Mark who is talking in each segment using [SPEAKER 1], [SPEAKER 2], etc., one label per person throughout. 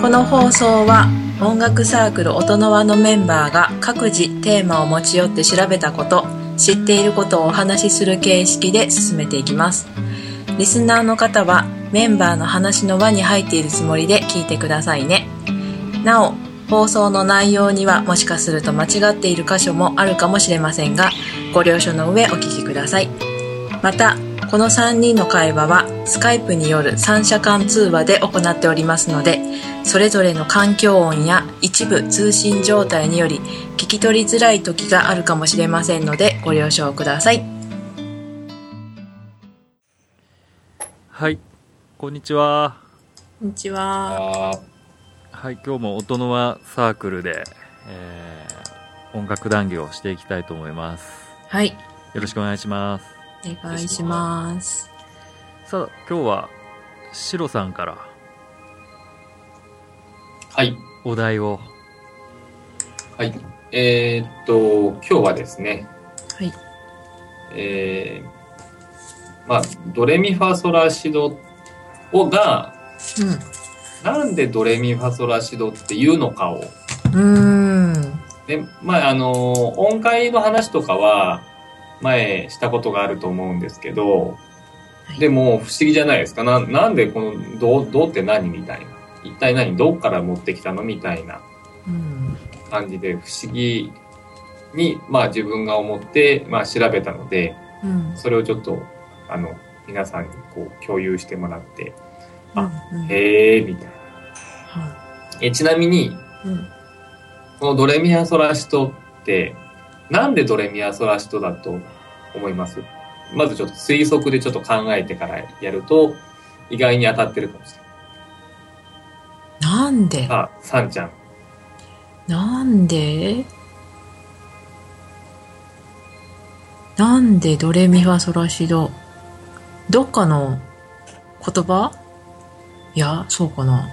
[SPEAKER 1] この放送は音楽サークル音の輪のメンバーが各自テーマを持ち寄って調べたこと知っていることをお話しする形式で進めていきますリスナーの方はメンバーの話の輪に入っているつもりで聞いてくださいねなお放送の内容にはもしかすると間違っている箇所もあるかもしれませんがご了承の上お聞きくださいまたこの3人の会話はスカイプによる三者間通話で行っておりますのでそれぞれの環境音や一部通信状態により聞き取りづらい時があるかもしれませんのでご了承ください
[SPEAKER 2] はい、こんにちは。
[SPEAKER 1] こんにちは
[SPEAKER 3] あ
[SPEAKER 2] はい、今日も音の輪サークルで、えー音楽談義をしていきたいと思います。
[SPEAKER 1] はい
[SPEAKER 2] よろしくお願いします。
[SPEAKER 1] お願いします
[SPEAKER 2] さあ、今日は、シロさんから
[SPEAKER 3] ーはい。
[SPEAKER 2] お題を、
[SPEAKER 3] はい。えーっと、今日はですね、
[SPEAKER 1] はい
[SPEAKER 3] えー、まあ、ドレミファソラシドをが、なんでドレミファソラシドっていうのかを。
[SPEAKER 1] うんうーん
[SPEAKER 3] で、まあ、あの、音階の話とかは、前したことがあると思うんですけど
[SPEAKER 1] は、い
[SPEAKER 3] でも不思議じゃないですか。ななんでこの、どう、どうって何みたいな。一体何どっから持ってきたのみたいな。
[SPEAKER 1] うん
[SPEAKER 3] 感じで不思議に、まあ、自分が思って、まあ、調べたので
[SPEAKER 1] うん
[SPEAKER 3] それをちょっとあの皆さんにこう共有してもらってあ
[SPEAKER 1] うんうん
[SPEAKER 3] へえみたいな
[SPEAKER 1] は
[SPEAKER 3] えちなみに
[SPEAKER 1] いうん
[SPEAKER 3] このドレミアソラシドってなんでドレミアソラシドだと思いますまずちょっと推測でちょっと考えてからやると意外に当たってるかもしれない
[SPEAKER 1] なんで
[SPEAKER 3] あさんちゃん
[SPEAKER 1] なんでなんでドレミファソラシドどっかの言葉いや、そうかな。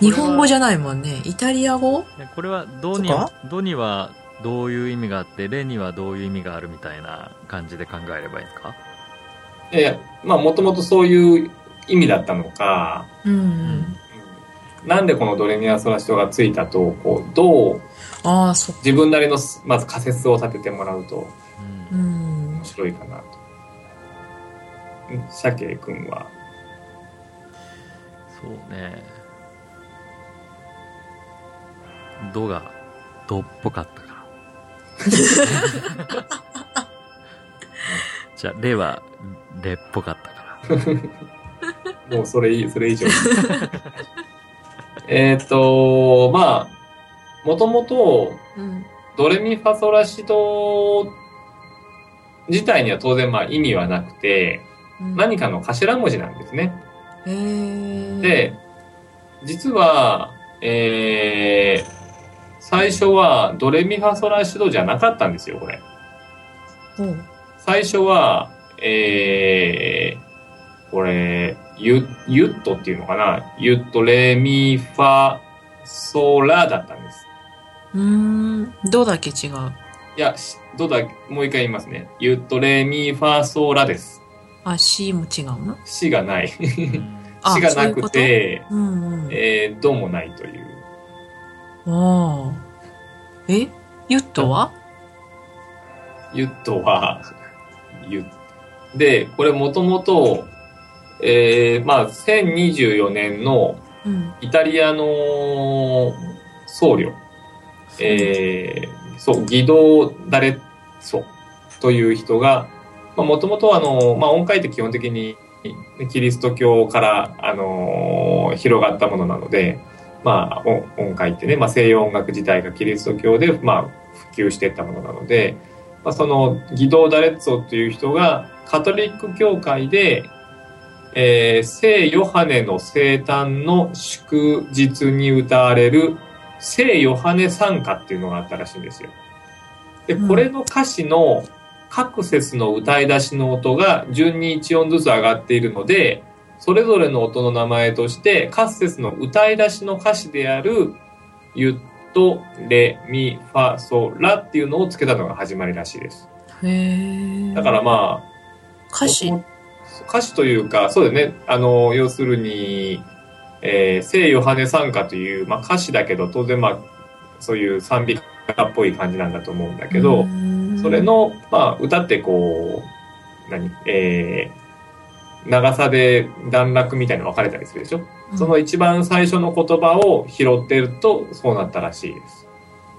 [SPEAKER 1] 日本語じ
[SPEAKER 2] ゃ
[SPEAKER 1] ゃないもんね。イタリア語
[SPEAKER 2] これは、ドに
[SPEAKER 1] そっ
[SPEAKER 2] は、ドにはどういう意味があって、レにはどういう意味があるみたいな感じで考えればいいんですか
[SPEAKER 3] いやいやまあもともとそういう意味だったのか
[SPEAKER 1] うんうん、
[SPEAKER 2] ん
[SPEAKER 3] なんでこのドレミア・ソラシドがついたと、こう、どう
[SPEAKER 1] ああ、そっか。
[SPEAKER 3] 自分なりの、まず仮説を立ててもらうと
[SPEAKER 2] うん
[SPEAKER 1] うん
[SPEAKER 3] 面。白いかなと。ん鮭くんは。
[SPEAKER 2] そうね。ドが、ドっぽかったから。 じゃあ、レは、レっぽかったから。
[SPEAKER 3] もうそれいい、それ以上。えっと、まあ、もともと、
[SPEAKER 1] うん。
[SPEAKER 3] ドレミファソラシド自体には当然まあ意味はなくて、
[SPEAKER 1] うん
[SPEAKER 3] 何かの頭文字なんですね。
[SPEAKER 1] へー、
[SPEAKER 3] で、実は、えー、最初はドレミファソラシドじゃなかったんですよ、これ。
[SPEAKER 1] ほう
[SPEAKER 3] 最初は、えー、これ、ユユットっていうのかなユット、レミファソラだったんです。
[SPEAKER 1] うーん。どうだっけ違う。
[SPEAKER 3] いや、しどうだ、もう一回言いますね。ユット、レミファソラです。
[SPEAKER 1] あ、C も違うな。
[SPEAKER 3] 死がない。
[SPEAKER 1] あ
[SPEAKER 3] 死がなく
[SPEAKER 1] そういう
[SPEAKER 3] て、
[SPEAKER 1] うんうん。
[SPEAKER 3] えー、どうもないという。
[SPEAKER 1] ああ。えユットは
[SPEAKER 3] ユットは、ユッで、これもともと、えー、まあ、1024年の
[SPEAKER 1] うん。
[SPEAKER 3] イタリアの僧侶、えー、そう、ギドー・ダレッソという人が、まあ、もともとあの、まあ、音階って基本的にキリスト教から、あのー広がったものなので、まあ、お音階ってね、まあ、西洋音楽自体がキリスト教で、まあ、普及していったものなので、まあ、そのギドー・ダレッツォという人がカトリック教会で、えー聖ヨハネの生誕の祝日に歌われる聖ヨハネ賛歌っていうのがあったらしいんですよ。で、
[SPEAKER 1] うん
[SPEAKER 3] これの歌詞の各節の歌い出しの音が順に1音ずつ上がっているので、それぞれの音の名前として、各節の歌い出しの歌詞である、ゆっと、レ、ミ、ファ、ソ、ラっていうのをつけたのが始まりらしいです。
[SPEAKER 1] へえ。
[SPEAKER 3] だからまあ、
[SPEAKER 1] 歌詞
[SPEAKER 3] 歌詞というか、そうだね、あの、要するに、えー聖ヨハネ賛歌という、まあ、歌詞だけど当然まあそういう賛美歌っぽい感じなんだと思うんだけど、それ、の、まあ、歌ってこう、何、えー、長さで段落みたいに分かれたりするでしょ、
[SPEAKER 1] うん
[SPEAKER 3] その、一番最初の言葉を拾ってると、そうなったらしいです。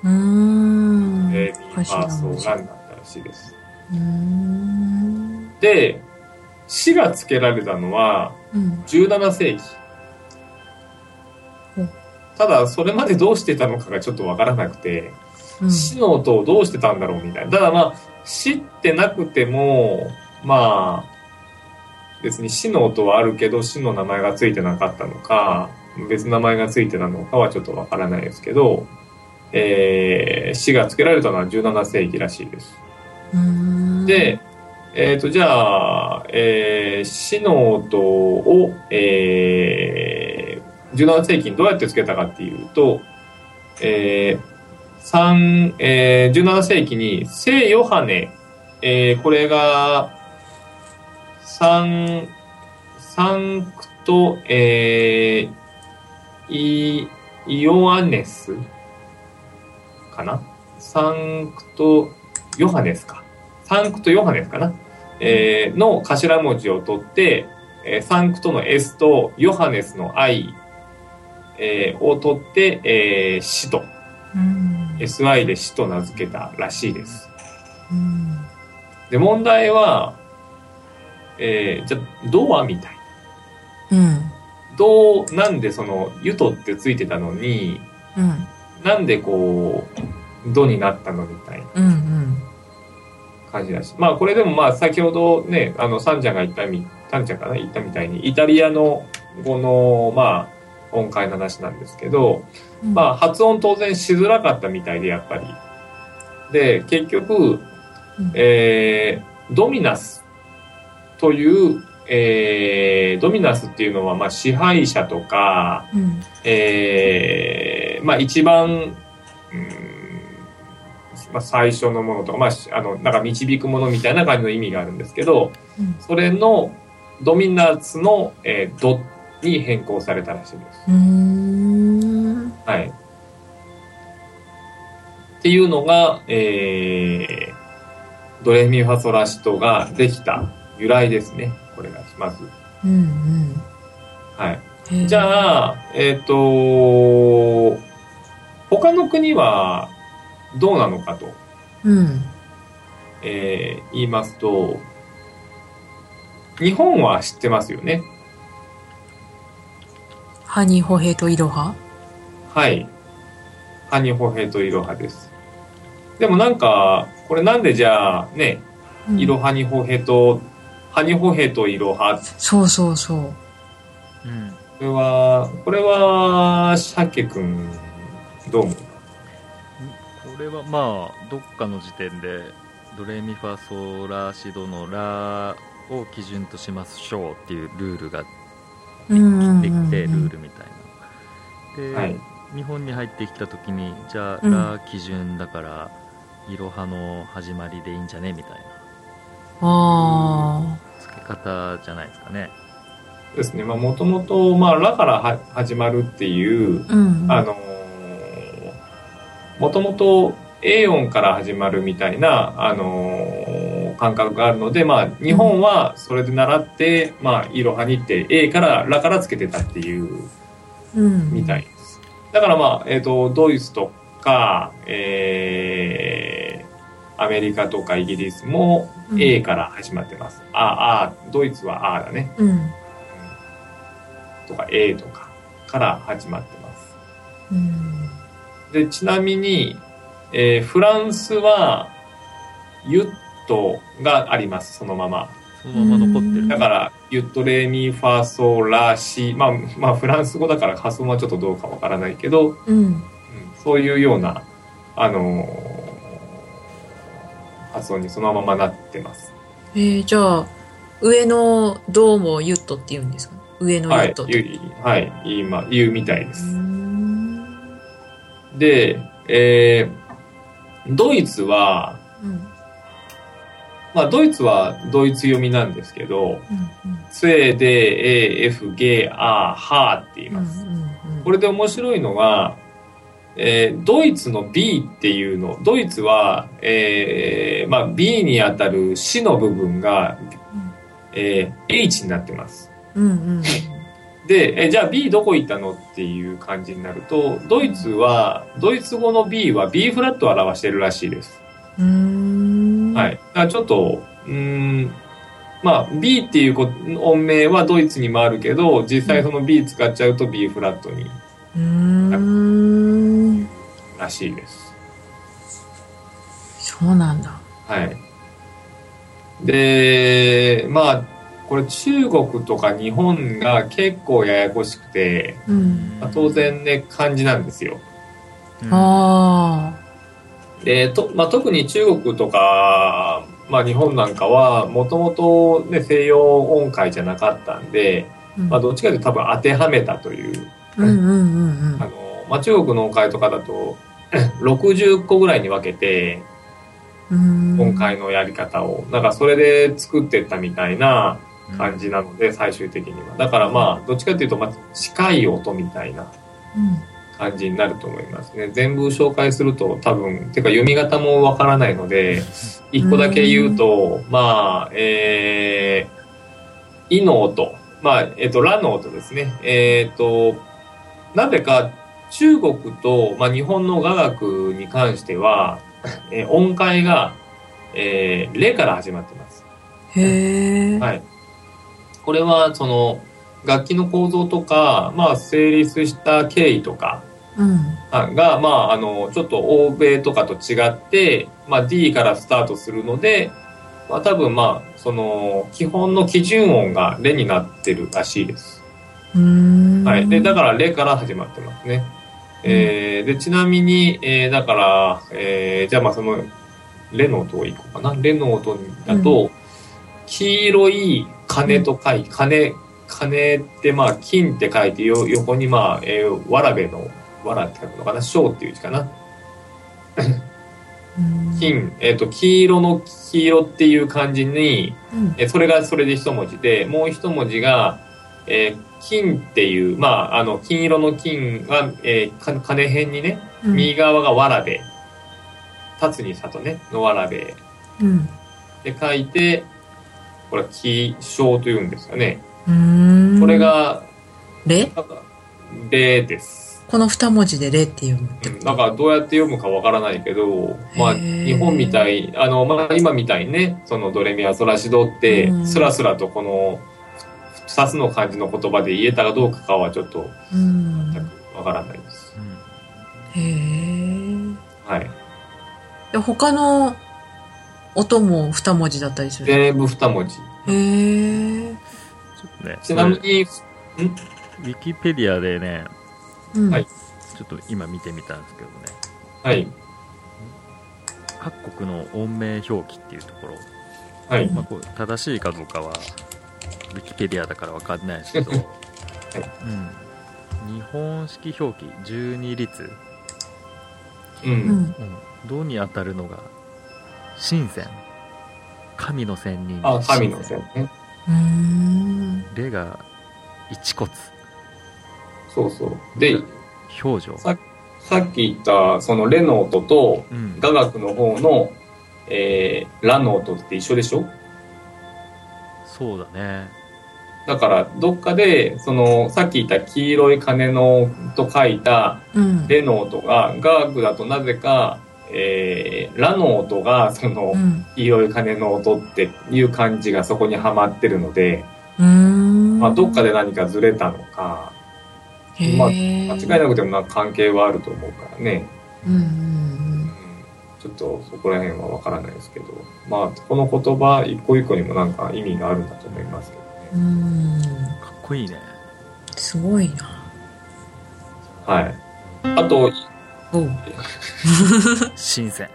[SPEAKER 1] うーん。
[SPEAKER 3] えー、
[SPEAKER 1] 歌詞
[SPEAKER 3] あ
[SPEAKER 1] の
[SPEAKER 3] ーそう
[SPEAKER 1] 話
[SPEAKER 3] なんだったらしいです。
[SPEAKER 1] うーん。
[SPEAKER 3] で、詩が付けられたのは
[SPEAKER 1] うん。
[SPEAKER 3] 17世紀
[SPEAKER 1] うん。
[SPEAKER 3] ただ、それまでどうしてたのかがちょっと分からなくて、
[SPEAKER 1] うん
[SPEAKER 3] 死の音をどうしてたんだろうみたいな。ただまあ、死ってなくても、まあ、別に死の音はあるけど、死の名前がついてなかったのか、別の名前がついてたのかはちょっとわからないですけど、えー、死が付けられたのは17世紀らしいです。
[SPEAKER 1] うーん
[SPEAKER 3] で、、えっ、と、じゃあ、えー、死の音を、えー、17世紀にどうやってつけたかっていうと、えー三えー、17世紀に聖ヨハネ、えーこれが、サン、サンクト、えー、イ、イオアネスかなサンクト、ヨハネスか。サンクトヨハネスかな、えーの頭文字を取って、えーサンクトの S とヨハネスの I、えーを取って、えー、死と、
[SPEAKER 1] うん。
[SPEAKER 3] SI で死と名付けたらしいです。
[SPEAKER 1] うん
[SPEAKER 3] で、問題は、えーじゃあ、どうはみたいな。
[SPEAKER 1] うん。
[SPEAKER 3] どう、なんでその、ゆとってついてたのに、
[SPEAKER 1] うん。
[SPEAKER 3] なんでこう、どになったのみたいな。
[SPEAKER 1] うん。うん。
[SPEAKER 3] 感じだし。まあこれでもまあ先ほどね、あの、サンちゃんが言ったみ、サンちゃんかな言ったみたいに、イタリアの語の、まあ、音階の話なんですけど、
[SPEAKER 1] うん
[SPEAKER 3] まあ発音当然しづらかったみたいで、やっぱり。で、結局
[SPEAKER 1] うん、
[SPEAKER 3] えー、ドミナスという、えー、ドミナスっていうのは、まあ支配者とか、
[SPEAKER 1] うん。
[SPEAKER 3] えーまあ一番、うんまあ、最初のものとか、まあ、しあの、なんか導くものみたいな感じの意味があるんですけど、
[SPEAKER 1] うん
[SPEAKER 3] それのドミナスの、えードに変更されたらしいです。
[SPEAKER 1] うーん。
[SPEAKER 3] はい。っていうのが、えードレミファソラシドができた由来ですね。これが、まず。
[SPEAKER 1] うん。
[SPEAKER 3] はい。
[SPEAKER 1] うん。
[SPEAKER 3] じ
[SPEAKER 1] あ、
[SPEAKER 3] ゃあ、えっ、と他の国はどうなのかと、
[SPEAKER 1] うん。
[SPEAKER 3] えー言いますと、日本は知ってますよね。
[SPEAKER 1] ハニーホヘイとイロハ
[SPEAKER 3] はい。ハニホヘとイロハです。でもなんか、これなんでじゃあね、イロ
[SPEAKER 1] ハ。
[SPEAKER 3] ハニホヘと、ハニホヘとイロハ、
[SPEAKER 1] そうそうそう。
[SPEAKER 2] うん
[SPEAKER 3] これは、これは、鮭くん、どう思う
[SPEAKER 2] これはまあどっかの時点でドレミファソラシドのラを基準としましょうっていうルールが
[SPEAKER 1] うん
[SPEAKER 2] できてル
[SPEAKER 1] うんうん
[SPEAKER 2] ールみたいなで、
[SPEAKER 3] はい。
[SPEAKER 2] 日本に入ってきた時にじゃあ、
[SPEAKER 1] うん
[SPEAKER 2] ラ基準だからイロハの始まりでいいんじゃねみたいな
[SPEAKER 1] あ
[SPEAKER 2] 付け方じゃないですかね
[SPEAKER 3] そうですね。まあ、もともと、まあ、ラからは始まるっていう、
[SPEAKER 1] あ。うん。
[SPEAKER 3] あのもともと A 音から始まるみたいな、あのー感覚があるので、まあ、日本はそれで習って、まあ、イロハニって A からラからつけてたっていう
[SPEAKER 1] うん。
[SPEAKER 3] みたいです。だからまあ、えっ、と、ドイツとか、えーアメリカとかイギリスも
[SPEAKER 1] うん
[SPEAKER 3] A から始まってます。あ、あ、ドイツはあだね。
[SPEAKER 1] うん。
[SPEAKER 3] とか A とかから始まってます。
[SPEAKER 1] うん。
[SPEAKER 3] で、ちなみに、えーフランスは、ユットがあります、そのまま。
[SPEAKER 2] そのまま残ってる
[SPEAKER 3] だから、ユット、レミ、ファ、ソ、ラ、シ、まあ、まあ、フランス語だから発音はちょっとどうかわからないけど、うん
[SPEAKER 1] うん。
[SPEAKER 3] そういうような、あのー発音にそのままなってます。
[SPEAKER 1] えー、じゃあ、上の銅もユットって言うんですか上の
[SPEAKER 3] は
[SPEAKER 1] ユッ
[SPEAKER 3] い
[SPEAKER 1] トっ、て。
[SPEAKER 3] ゆはい、今、言うみたいで
[SPEAKER 1] うー
[SPEAKER 3] す。
[SPEAKER 1] ん
[SPEAKER 3] で、えードイツは、
[SPEAKER 1] うん
[SPEAKER 3] まあ、ドイツはドイツ読みなんですけど、
[SPEAKER 1] うんうん
[SPEAKER 3] 杖で A、F、G、A、ハーって言い
[SPEAKER 1] うんう
[SPEAKER 3] ます。
[SPEAKER 1] んうん
[SPEAKER 3] これで面白いのが、えードイツの B っていうの、ドイツは、えーまあ、B にあたる死の部分が、えー H になってます。
[SPEAKER 1] うんうん
[SPEAKER 3] で、えーじゃあ B どこ行ったのっていう感じになると、ドイツは、ドイツ語の B は B フラットを表してるらしいです。
[SPEAKER 1] うーん
[SPEAKER 3] はい。だからちょっと、うーん、まあ、B っていうこ音名はドイツにもあるけど、実際その B 使っちゃうと B フラットに
[SPEAKER 1] うーん
[SPEAKER 3] らしいです。
[SPEAKER 1] そうなんだ
[SPEAKER 3] はい。で、まあ、これ中国とか日本が結構ややこしくて、
[SPEAKER 1] うん
[SPEAKER 3] まあ、当然ね、漢字なんですよ。
[SPEAKER 2] うん
[SPEAKER 1] あ
[SPEAKER 3] で、とまあ、特に中国とか、まあ、日本なんかは、もともとね、西洋音階じゃなかったんで、
[SPEAKER 1] あ
[SPEAKER 3] まあ、どっちかというと多分当てはめたという、
[SPEAKER 1] うんうんうん
[SPEAKER 3] あの、まあ、中国の音階とかだと、60個ぐらいに分けて、
[SPEAKER 1] うんうん
[SPEAKER 3] 音階のやり方を、なんかそれで作ってったみたいな、
[SPEAKER 2] うん
[SPEAKER 3] 感じなので、最終的には。だからまあ、どっちかっていうと、まあ、近い音みたいな
[SPEAKER 1] うん
[SPEAKER 3] 感じになると思いますね。全部紹介すると多分、てか読み方もわからないので、一個だけ言うと、まあ、えー、いの音。まあ、えっ、と、らの音ですね。えっ、と、なぜか中国と、まあ、日本の雅楽に関しては、えー音階が、えー、れから始まってます。
[SPEAKER 1] へえ
[SPEAKER 3] はい。これは、その、楽器の構造とか、まあ、成立した経緯とか
[SPEAKER 1] うん
[SPEAKER 3] あが、まあ、あの、ちょっと欧米とかと違って、まあ、D からスタートするので、まあ、多分、まあ、その、基本の基準音がレになってるらしいです。
[SPEAKER 1] うーん
[SPEAKER 3] はい。で、だから、レから始まってますね。えーで、ちなみに、えーだから、えーじゃあ、まあ、その、レの音をいこうかな。レの音だと、黄色い鐘と書いて、鐘、鐘って、まあ、金って書いて、よ横に、まあ、えー、わらべの、わらって書くのかな、章っていう字かな。
[SPEAKER 1] うん
[SPEAKER 3] 金、えっ、と、黄色の黄色っていう感じに、
[SPEAKER 1] うん
[SPEAKER 3] えーそれがそれで一文字で、もう一文字が、えー金っていう、まあ、あの、金色の金が、えーか鐘辺にね、
[SPEAKER 1] うん
[SPEAKER 3] 右側がわらべ。立つに里ね、のわらべ。
[SPEAKER 1] うん
[SPEAKER 3] で書いて、これは気象というんですよね。
[SPEAKER 1] うーん
[SPEAKER 3] これが、
[SPEAKER 1] れ
[SPEAKER 3] なんか、例です。
[SPEAKER 1] この二文字でれって読むって
[SPEAKER 3] う
[SPEAKER 1] こ
[SPEAKER 3] ん
[SPEAKER 1] と
[SPEAKER 3] なんか、どうやって読むかわからないけど、まあ、
[SPEAKER 1] へー
[SPEAKER 3] 日本みたい、あの、まあ、今みたいにね、そのドレミアソラシドって
[SPEAKER 1] う、ん
[SPEAKER 3] スラスラとこの、二つの漢字の言葉で言えたかどうかかはちょっと、
[SPEAKER 1] うん
[SPEAKER 3] 全くわからないです。
[SPEAKER 2] うん
[SPEAKER 1] へえ
[SPEAKER 3] はい。
[SPEAKER 1] で他の音も二文字だったりする。
[SPEAKER 3] 全部二文字。
[SPEAKER 1] へえ。
[SPEAKER 2] ちょっとね
[SPEAKER 3] ちなみに、
[SPEAKER 2] ウィキペディアでね
[SPEAKER 1] うん。
[SPEAKER 3] はい。
[SPEAKER 2] ちょっと今見てみたんですけどね
[SPEAKER 3] はい、
[SPEAKER 2] 各国の音名表記っていうところ、
[SPEAKER 3] はいう
[SPEAKER 1] ん
[SPEAKER 2] まあ、こう正しいかどうかはウィキペディアだからわかんないです けど、うん、日本式表記12律、
[SPEAKER 3] う。
[SPEAKER 1] うんん。
[SPEAKER 2] うん、銅に当たるのが神仙神の仙人
[SPEAKER 3] あ、神の線ね。
[SPEAKER 1] うーん。
[SPEAKER 2] 霊が一骨
[SPEAKER 3] そうそう。で、
[SPEAKER 2] 表情
[SPEAKER 3] ささっき言った、そのレの音と、
[SPEAKER 2] うん
[SPEAKER 3] 雅楽の方の、えー、ラの音って一緒でしょ
[SPEAKER 2] そうだね
[SPEAKER 3] だから、どっかで、その、さっき言った黄色い鐘のと書いた
[SPEAKER 1] うん。
[SPEAKER 3] レの音が、雅楽だとなぜか、えー、ラの音が、その
[SPEAKER 1] う、ん。
[SPEAKER 3] 黄色い鐘の音っていう感じがそこにはまってるので、
[SPEAKER 1] うーん。
[SPEAKER 3] まあ、どっかで何かずれたのか、
[SPEAKER 1] へー
[SPEAKER 3] まあ間違いなくでもなんか関係はあると思うからね。
[SPEAKER 1] うんうん
[SPEAKER 3] うんちょっとそこら辺はわからないですけど、まあ、この言葉一個一個にもなんか意味があるんだと思いますけどね。
[SPEAKER 1] うん。うーん。
[SPEAKER 2] かっこいいね
[SPEAKER 1] すごいな。
[SPEAKER 3] はい。あと、
[SPEAKER 1] おう。
[SPEAKER 2] 神仙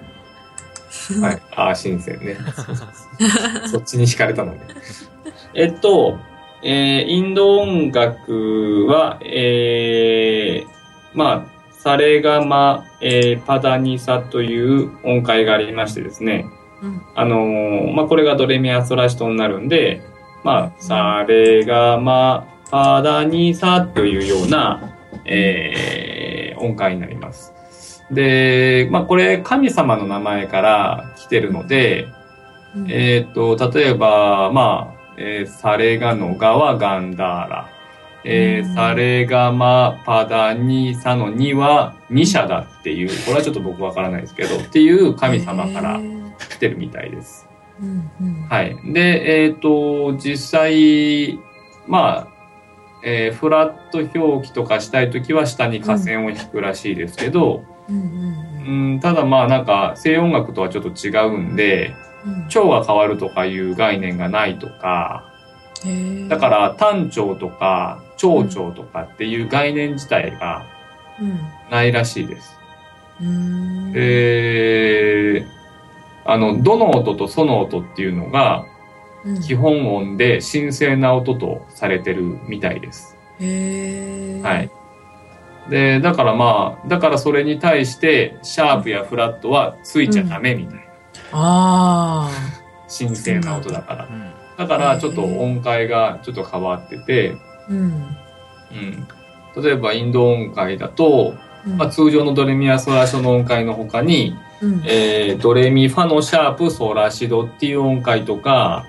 [SPEAKER 3] はい。ああ、新鮮ね。そっちに惹かれたのね。えっと、えーインド音楽は、えーまあ、サレガマ、えーパダニサという音階がありましてですね、
[SPEAKER 1] うん。
[SPEAKER 3] あのーまあ、これがドレミアソラシドになるんで、まあ、されがま、はだにさというような、えー音階になります。で、まあ、これ、神様の名前から来てるので、
[SPEAKER 1] うん
[SPEAKER 3] えっ、と、例えば、まあ、えーサレガのガはガンダーラ。えー
[SPEAKER 1] うん
[SPEAKER 3] サレガマパダニサのニはニシャだっていう、これはちょっと僕わからないですけど、っていう神様から
[SPEAKER 1] うん
[SPEAKER 3] 来てるみたいです。
[SPEAKER 1] うん
[SPEAKER 3] はい。で、えっ、と、実際、まあ、えーフラット表記とかしたいときは下に下線を引くらしいですけど、
[SPEAKER 1] うんうん
[SPEAKER 3] うん、ただまあなんか西洋音楽とはちょっと違うんで、
[SPEAKER 1] うん
[SPEAKER 3] 腸が変わるとかいう概念がないとか、
[SPEAKER 1] へー
[SPEAKER 3] だから単調とか長調とかっていう概念自体が
[SPEAKER 1] う
[SPEAKER 3] ないらしいです。
[SPEAKER 1] ん
[SPEAKER 3] えー、あの、どの音とその音っていうのが
[SPEAKER 1] うん
[SPEAKER 3] 基本音で神聖な音とされてるみたいです。
[SPEAKER 1] へー
[SPEAKER 3] はい。で、だからまあ、だからそれに対してシャープやフラットはついちゃダメみたいな。
[SPEAKER 1] あ
[SPEAKER 3] 神聖な音だから。
[SPEAKER 2] うん
[SPEAKER 3] だからちょっと音階がちょっと変わってて、
[SPEAKER 1] あうん
[SPEAKER 3] うん。例えばインド音階だと、
[SPEAKER 1] うん
[SPEAKER 3] まあ、通常のドレミア・ソラシドの音階の他に、
[SPEAKER 1] うん
[SPEAKER 3] えードレミ・ファのシャープ・ソラシドっていう音階とか、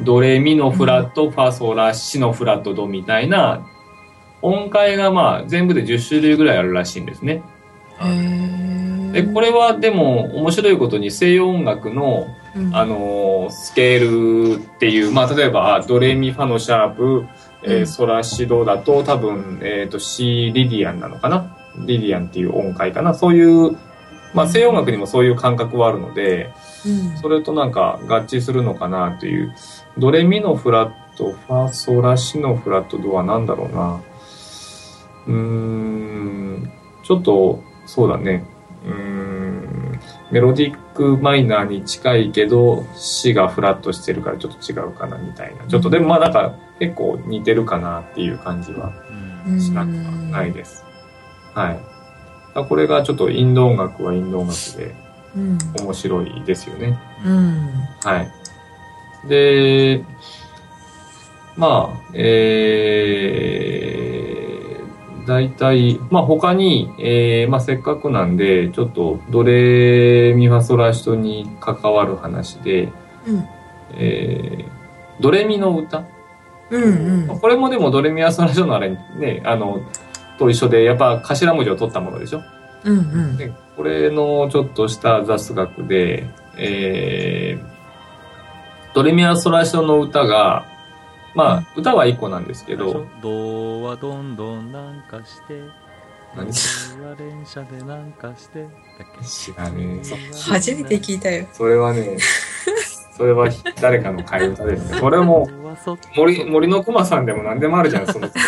[SPEAKER 3] ドレミのフラット、ファソラシのフラットドみたいな音階がまあ全部で10種類ぐらいあるらしいんですね。
[SPEAKER 1] へー
[SPEAKER 3] で、これはでも面白いことに西洋音楽の、
[SPEAKER 1] うん
[SPEAKER 3] あのースケールっていう、まあ例えばあドレミ・ファのシャープ、え
[SPEAKER 1] う
[SPEAKER 3] ー
[SPEAKER 1] ん
[SPEAKER 3] ソラシドだと多分、えっ、と、シー・リディアンなのかなリディアンっていう音階かなそういう、まあ西洋音楽にもそういう感覚はあるので、
[SPEAKER 1] うん
[SPEAKER 3] それとなんか合致するのかなという。ドレミのフラット、ファソラシのフラットドは何だろうな。うーん、ちょっと、そうだね。うーん、メロディックマイナーに近いけど、C がフラットしてるからちょっと違うかなみたいな。ちょっとでもまあなんか結構似てるかなっていう感じは
[SPEAKER 2] うん
[SPEAKER 3] しなくはないです。はい。だからこれがちょっとインド音楽はインド音楽で
[SPEAKER 1] うん
[SPEAKER 3] 面白いですよね。
[SPEAKER 1] うん
[SPEAKER 3] はい。で、まあ、えー、大体、まあ他に、えー、まあせっかくなんで、ちょっとドレミファソラシドに関わる話で、
[SPEAKER 1] うん
[SPEAKER 3] えー、ドレミの歌、
[SPEAKER 1] うんうん
[SPEAKER 3] これもでもドレミアソラシドのあれね、あの、と一緒で、やっぱ頭文字を取ったものでしょ
[SPEAKER 1] うんうん
[SPEAKER 3] でこれのちょっとした雑学で、えー、ドレミア・ソラシドの歌が、まあ、歌は1個なんですけど、
[SPEAKER 2] どうはどんどんなんかして
[SPEAKER 3] 何
[SPEAKER 2] どうは連射でなんかしてだっ
[SPEAKER 3] 知らねえ。そ
[SPEAKER 2] け
[SPEAKER 1] 初めて聞いたよ
[SPEAKER 3] それは ね、それは誰かの替え歌ですね。それも、森、森の熊さんでも何でもあるじゃん、その 人。い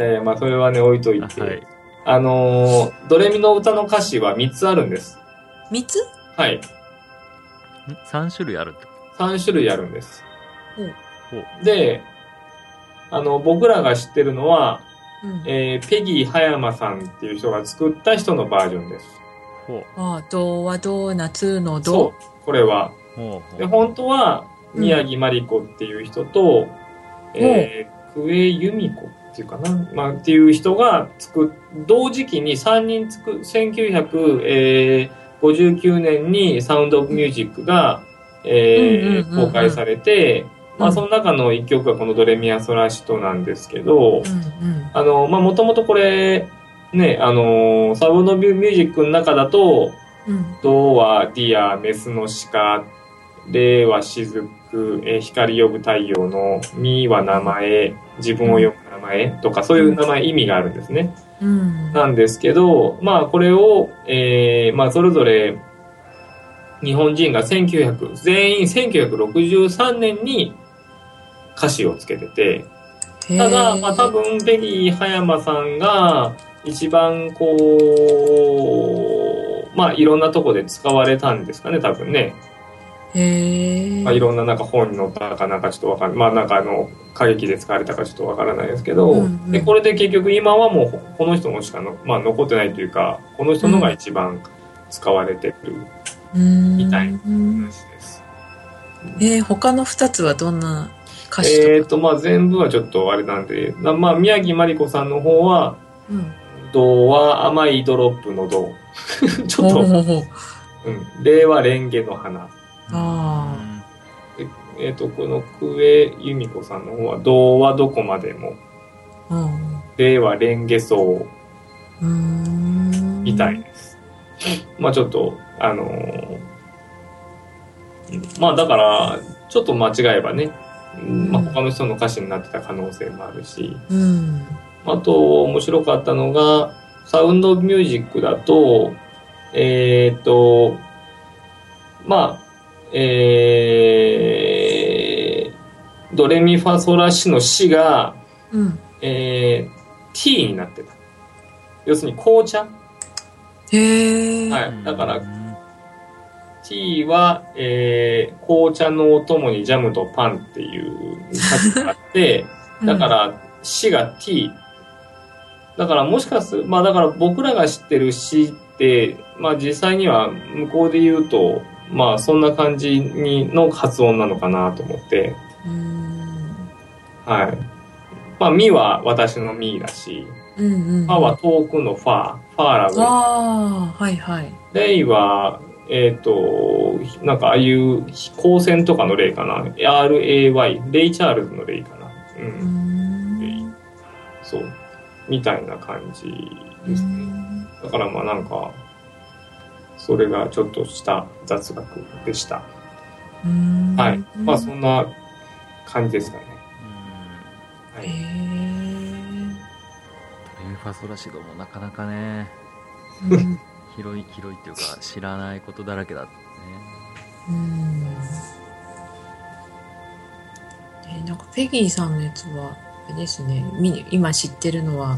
[SPEAKER 3] やいや、まあ、それはね、置いとい
[SPEAKER 2] あ
[SPEAKER 3] て。
[SPEAKER 2] はい
[SPEAKER 3] あのードレミの歌の歌詞は3つあるんです。
[SPEAKER 1] 三つ
[SPEAKER 3] はい。
[SPEAKER 2] 3種類あるって
[SPEAKER 3] 3種類あるんです。
[SPEAKER 2] ほう
[SPEAKER 3] で、あの、僕らが知ってるのは、
[SPEAKER 1] うん
[SPEAKER 3] えーペギー葉山さんっていう人が作った人のバージョンです。
[SPEAKER 2] ほう
[SPEAKER 1] ああどうはドーナツの
[SPEAKER 3] そ
[SPEAKER 1] ど
[SPEAKER 3] う、これは。
[SPEAKER 2] ほう
[SPEAKER 3] で、
[SPEAKER 2] ほう
[SPEAKER 3] 本当は、
[SPEAKER 1] うん
[SPEAKER 3] 宮城真理子っていう人と、えー、久江由美子っていうかな、まあ、っていう人が作っ、同時期に3人つく、1959年にサウンドオブミュージックが、え
[SPEAKER 1] うんうんうんう
[SPEAKER 3] ー
[SPEAKER 1] ん
[SPEAKER 3] 公開されて、まあ、その中の一曲がこのドレミア・ソラシトなんですけど、
[SPEAKER 1] うん
[SPEAKER 3] あの、まあ、もともとこれ、ね、あのーサブのビューミュージックの中だ
[SPEAKER 1] う
[SPEAKER 3] と、
[SPEAKER 1] んうん
[SPEAKER 3] ドはディア、メスの鹿、レは雫、えー光呼ぶ太陽の、ミは名前、自分を呼ぶ名前とか、そういう名前、意味があるんですね。
[SPEAKER 1] うん
[SPEAKER 3] なんですけど、まあ、これを、えーまあ、それぞれ、日本人が1900、全員1963年に歌詞をつけてて、ただ、まあ、多分ペギー葉山さんが一番こうまあいろんなとこで使われたんですかね多分ね、
[SPEAKER 1] へえ
[SPEAKER 3] まあ、いろんななんか本に載ったかなんかちょっとわかんまあなんかあの歌劇で使われたかちょっとわからないですけど、
[SPEAKER 1] うんうん
[SPEAKER 3] でこれで結局今はもうこの人のしかの、まあ、残ってないというかこの人のが一番使われてる
[SPEAKER 1] み
[SPEAKER 3] みたい
[SPEAKER 1] うん
[SPEAKER 3] 話です。
[SPEAKER 1] えー、他の二つはどんな歌詞とか。
[SPEAKER 3] えっと、まあ、全部はちょっとあれなんで、なまあ、宮城まりこさんの方は、
[SPEAKER 1] うん。
[SPEAKER 3] 銅は甘いドロップの銅。 ちょ
[SPEAKER 1] ほう
[SPEAKER 3] っ
[SPEAKER 1] ほうほう。
[SPEAKER 3] と、うん。令和レンゲの花。
[SPEAKER 1] あ
[SPEAKER 3] えっ、と、この久江由美子さんの方は、銅はどこまでも、
[SPEAKER 1] うん。
[SPEAKER 3] 令和レンゲ草
[SPEAKER 1] うーん。
[SPEAKER 3] みたい。です。まあちょっと、あのーまあだから、ちょっと間違えばね、うんまあ、他の人の歌詞になってた可能性もあるし、
[SPEAKER 1] うん。
[SPEAKER 3] あと面白かったのが、サウンドミュージックだと、えっ、と、まあ、えー、ドレミファソラシのシが、
[SPEAKER 1] うん。
[SPEAKER 3] えー、T になってた。要するに紅茶
[SPEAKER 1] へえ。
[SPEAKER 3] は
[SPEAKER 2] う
[SPEAKER 3] い。
[SPEAKER 2] ん
[SPEAKER 3] だから
[SPEAKER 2] う、ん
[SPEAKER 3] T は、えー紅茶のお供にジャムとパンっていう歌詞があって、
[SPEAKER 1] うん
[SPEAKER 3] だか。ら、詩が T。だからもしかする、まあだから僕らが知ってる詩って、まあ実際には向こうで言うと、まあそんな感じにの発音なのかなと思って、
[SPEAKER 1] うーん。
[SPEAKER 3] はい。まあ、ミは私のミだし、
[SPEAKER 1] うんうん。
[SPEAKER 3] ファは遠くのファ、ファーラグ。
[SPEAKER 1] ああ、はいはい。
[SPEAKER 3] レイは、えっ、と、なんかああいう飛行船とかのレイかな。RAY、レイチャールズのレイかな。う
[SPEAKER 1] うー
[SPEAKER 3] ん、
[SPEAKER 1] ん。
[SPEAKER 3] そう。みたいな感じですね。だからまあなんか、それがちょっとした雑学でした。
[SPEAKER 1] うーん
[SPEAKER 3] はい。まあそんな感じですかね。は
[SPEAKER 1] へ
[SPEAKER 3] い。
[SPEAKER 1] え。
[SPEAKER 2] ドレミファソラシドもなかなかね
[SPEAKER 1] うん
[SPEAKER 2] 広い広いっていうか知らないことだらけだったね
[SPEAKER 1] うんえなんかペギーさんのやつはあれですねみ今知ってるのは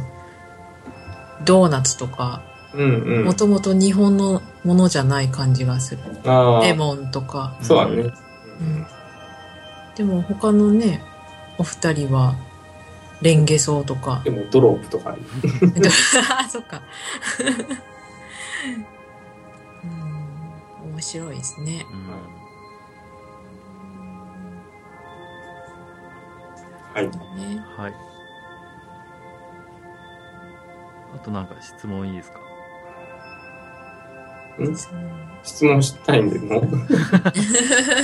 [SPEAKER 1] ドーナツとか
[SPEAKER 3] うんうん
[SPEAKER 1] も。ともと日本のものじゃない感じがする
[SPEAKER 3] あ
[SPEAKER 1] レ
[SPEAKER 3] あ、
[SPEAKER 1] モンとか
[SPEAKER 3] そうだね。
[SPEAKER 1] うんでも他のねお二人はレンゲソウと か
[SPEAKER 3] でもドロップとかある。
[SPEAKER 1] えっとあそっかうん面白いですね
[SPEAKER 2] うん
[SPEAKER 3] はい。
[SPEAKER 1] ね
[SPEAKER 2] はいあとなんか質問いいですか
[SPEAKER 1] そう
[SPEAKER 3] 質問したいん で、もう。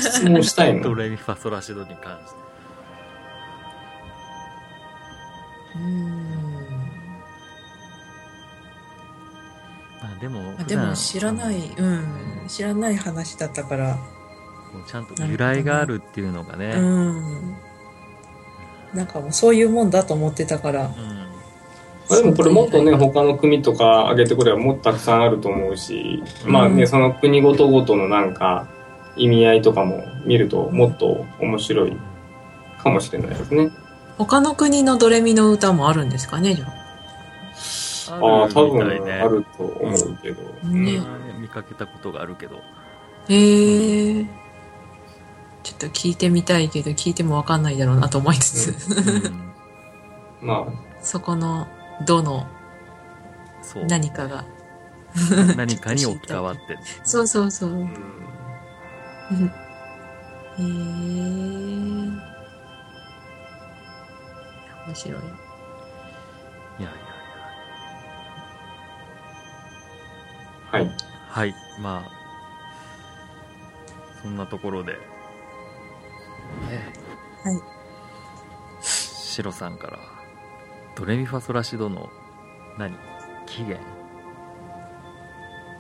[SPEAKER 3] 質問したい
[SPEAKER 2] ド
[SPEAKER 3] の。
[SPEAKER 2] レミファソラシドに関して
[SPEAKER 1] うん
[SPEAKER 2] まあでも
[SPEAKER 1] まあ、でも知らない、うん
[SPEAKER 2] ね、
[SPEAKER 1] 知らない話だったから、
[SPEAKER 2] こうちゃんと由来があるっていうのがね
[SPEAKER 1] う、ん。なんかもうそういうもんだと思ってたから。
[SPEAKER 2] うん
[SPEAKER 3] まあ、でもこれもっとね、他の国とか上げてくればもっとたくさんあると思うし、まあ
[SPEAKER 1] う
[SPEAKER 3] ね、
[SPEAKER 1] ん
[SPEAKER 3] その国ごとごとのなんか意味合いとかも見るともっと面白いかもしれないですね。
[SPEAKER 1] 他の国のドレミの歌もあるんですかね、じゃあ。
[SPEAKER 3] ああ、
[SPEAKER 2] あ
[SPEAKER 3] 多
[SPEAKER 2] るみたい
[SPEAKER 3] 分
[SPEAKER 2] ね
[SPEAKER 3] あると思うけど。
[SPEAKER 1] うんね
[SPEAKER 2] うん見かけたことがある けど
[SPEAKER 1] へえー。ちょっと聞いてみたいけど、聞いてもわかんないだろうなと思いつつ、
[SPEAKER 2] うん
[SPEAKER 3] ま
[SPEAKER 1] そこの、どの
[SPEAKER 2] そう
[SPEAKER 1] 何かが。
[SPEAKER 2] 何 かに置き換わってる
[SPEAKER 1] そうそうそう。
[SPEAKER 3] あ、う
[SPEAKER 1] うん へえ
[SPEAKER 3] ん
[SPEAKER 1] ー。いや面白い。
[SPEAKER 2] いやいやい
[SPEAKER 3] はい。
[SPEAKER 2] やはいまあそんなところで、ね
[SPEAKER 1] はい
[SPEAKER 2] シロさんからドレミファソラシドの何起源、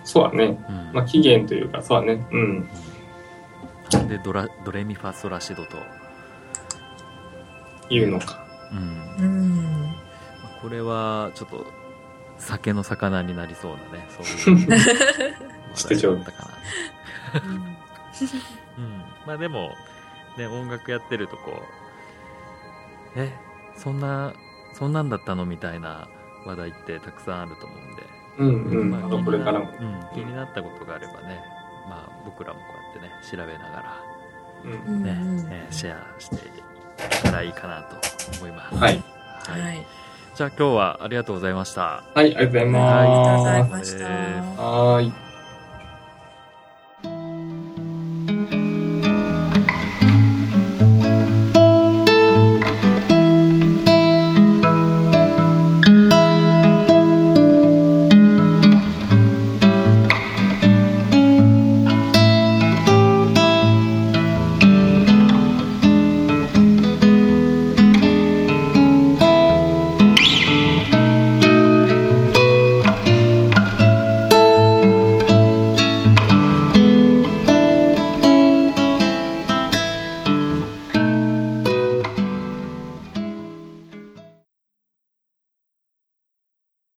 [SPEAKER 3] そうだね。
[SPEAKER 2] うん
[SPEAKER 3] まあ、期限というか、そうだね。うん。
[SPEAKER 2] なんでドラドレミファソラシドと、
[SPEAKER 3] 言うのか。
[SPEAKER 2] うん
[SPEAKER 1] う ん。
[SPEAKER 2] これはちょっと酒の魚になりそうだねそう いう
[SPEAKER 3] してちゃう
[SPEAKER 2] 話だったかなうん、まあでも、ね、音楽やってるとこうえそんなそんなんだったのみたいな話題ってたくさんあると思うんで、
[SPEAKER 3] うんうん。
[SPEAKER 2] ま
[SPEAKER 3] ま
[SPEAKER 2] あ
[SPEAKER 3] あ、これからも。
[SPEAKER 2] 気になうん、気になったことがあればね、まあ、僕らもこうやってね調べなが
[SPEAKER 3] うん
[SPEAKER 1] うん
[SPEAKER 2] ら、ね
[SPEAKER 1] うん
[SPEAKER 2] えーシェアしていったらいいかなと思います、
[SPEAKER 3] はい。
[SPEAKER 2] はい
[SPEAKER 1] はい。
[SPEAKER 2] じゃあ今日はありがとうございました
[SPEAKER 3] はい、ありがとうござい
[SPEAKER 1] ありがとうござい
[SPEAKER 3] ま
[SPEAKER 1] まし
[SPEAKER 2] はい
[SPEAKER 1] た。
[SPEAKER 3] す。はーい。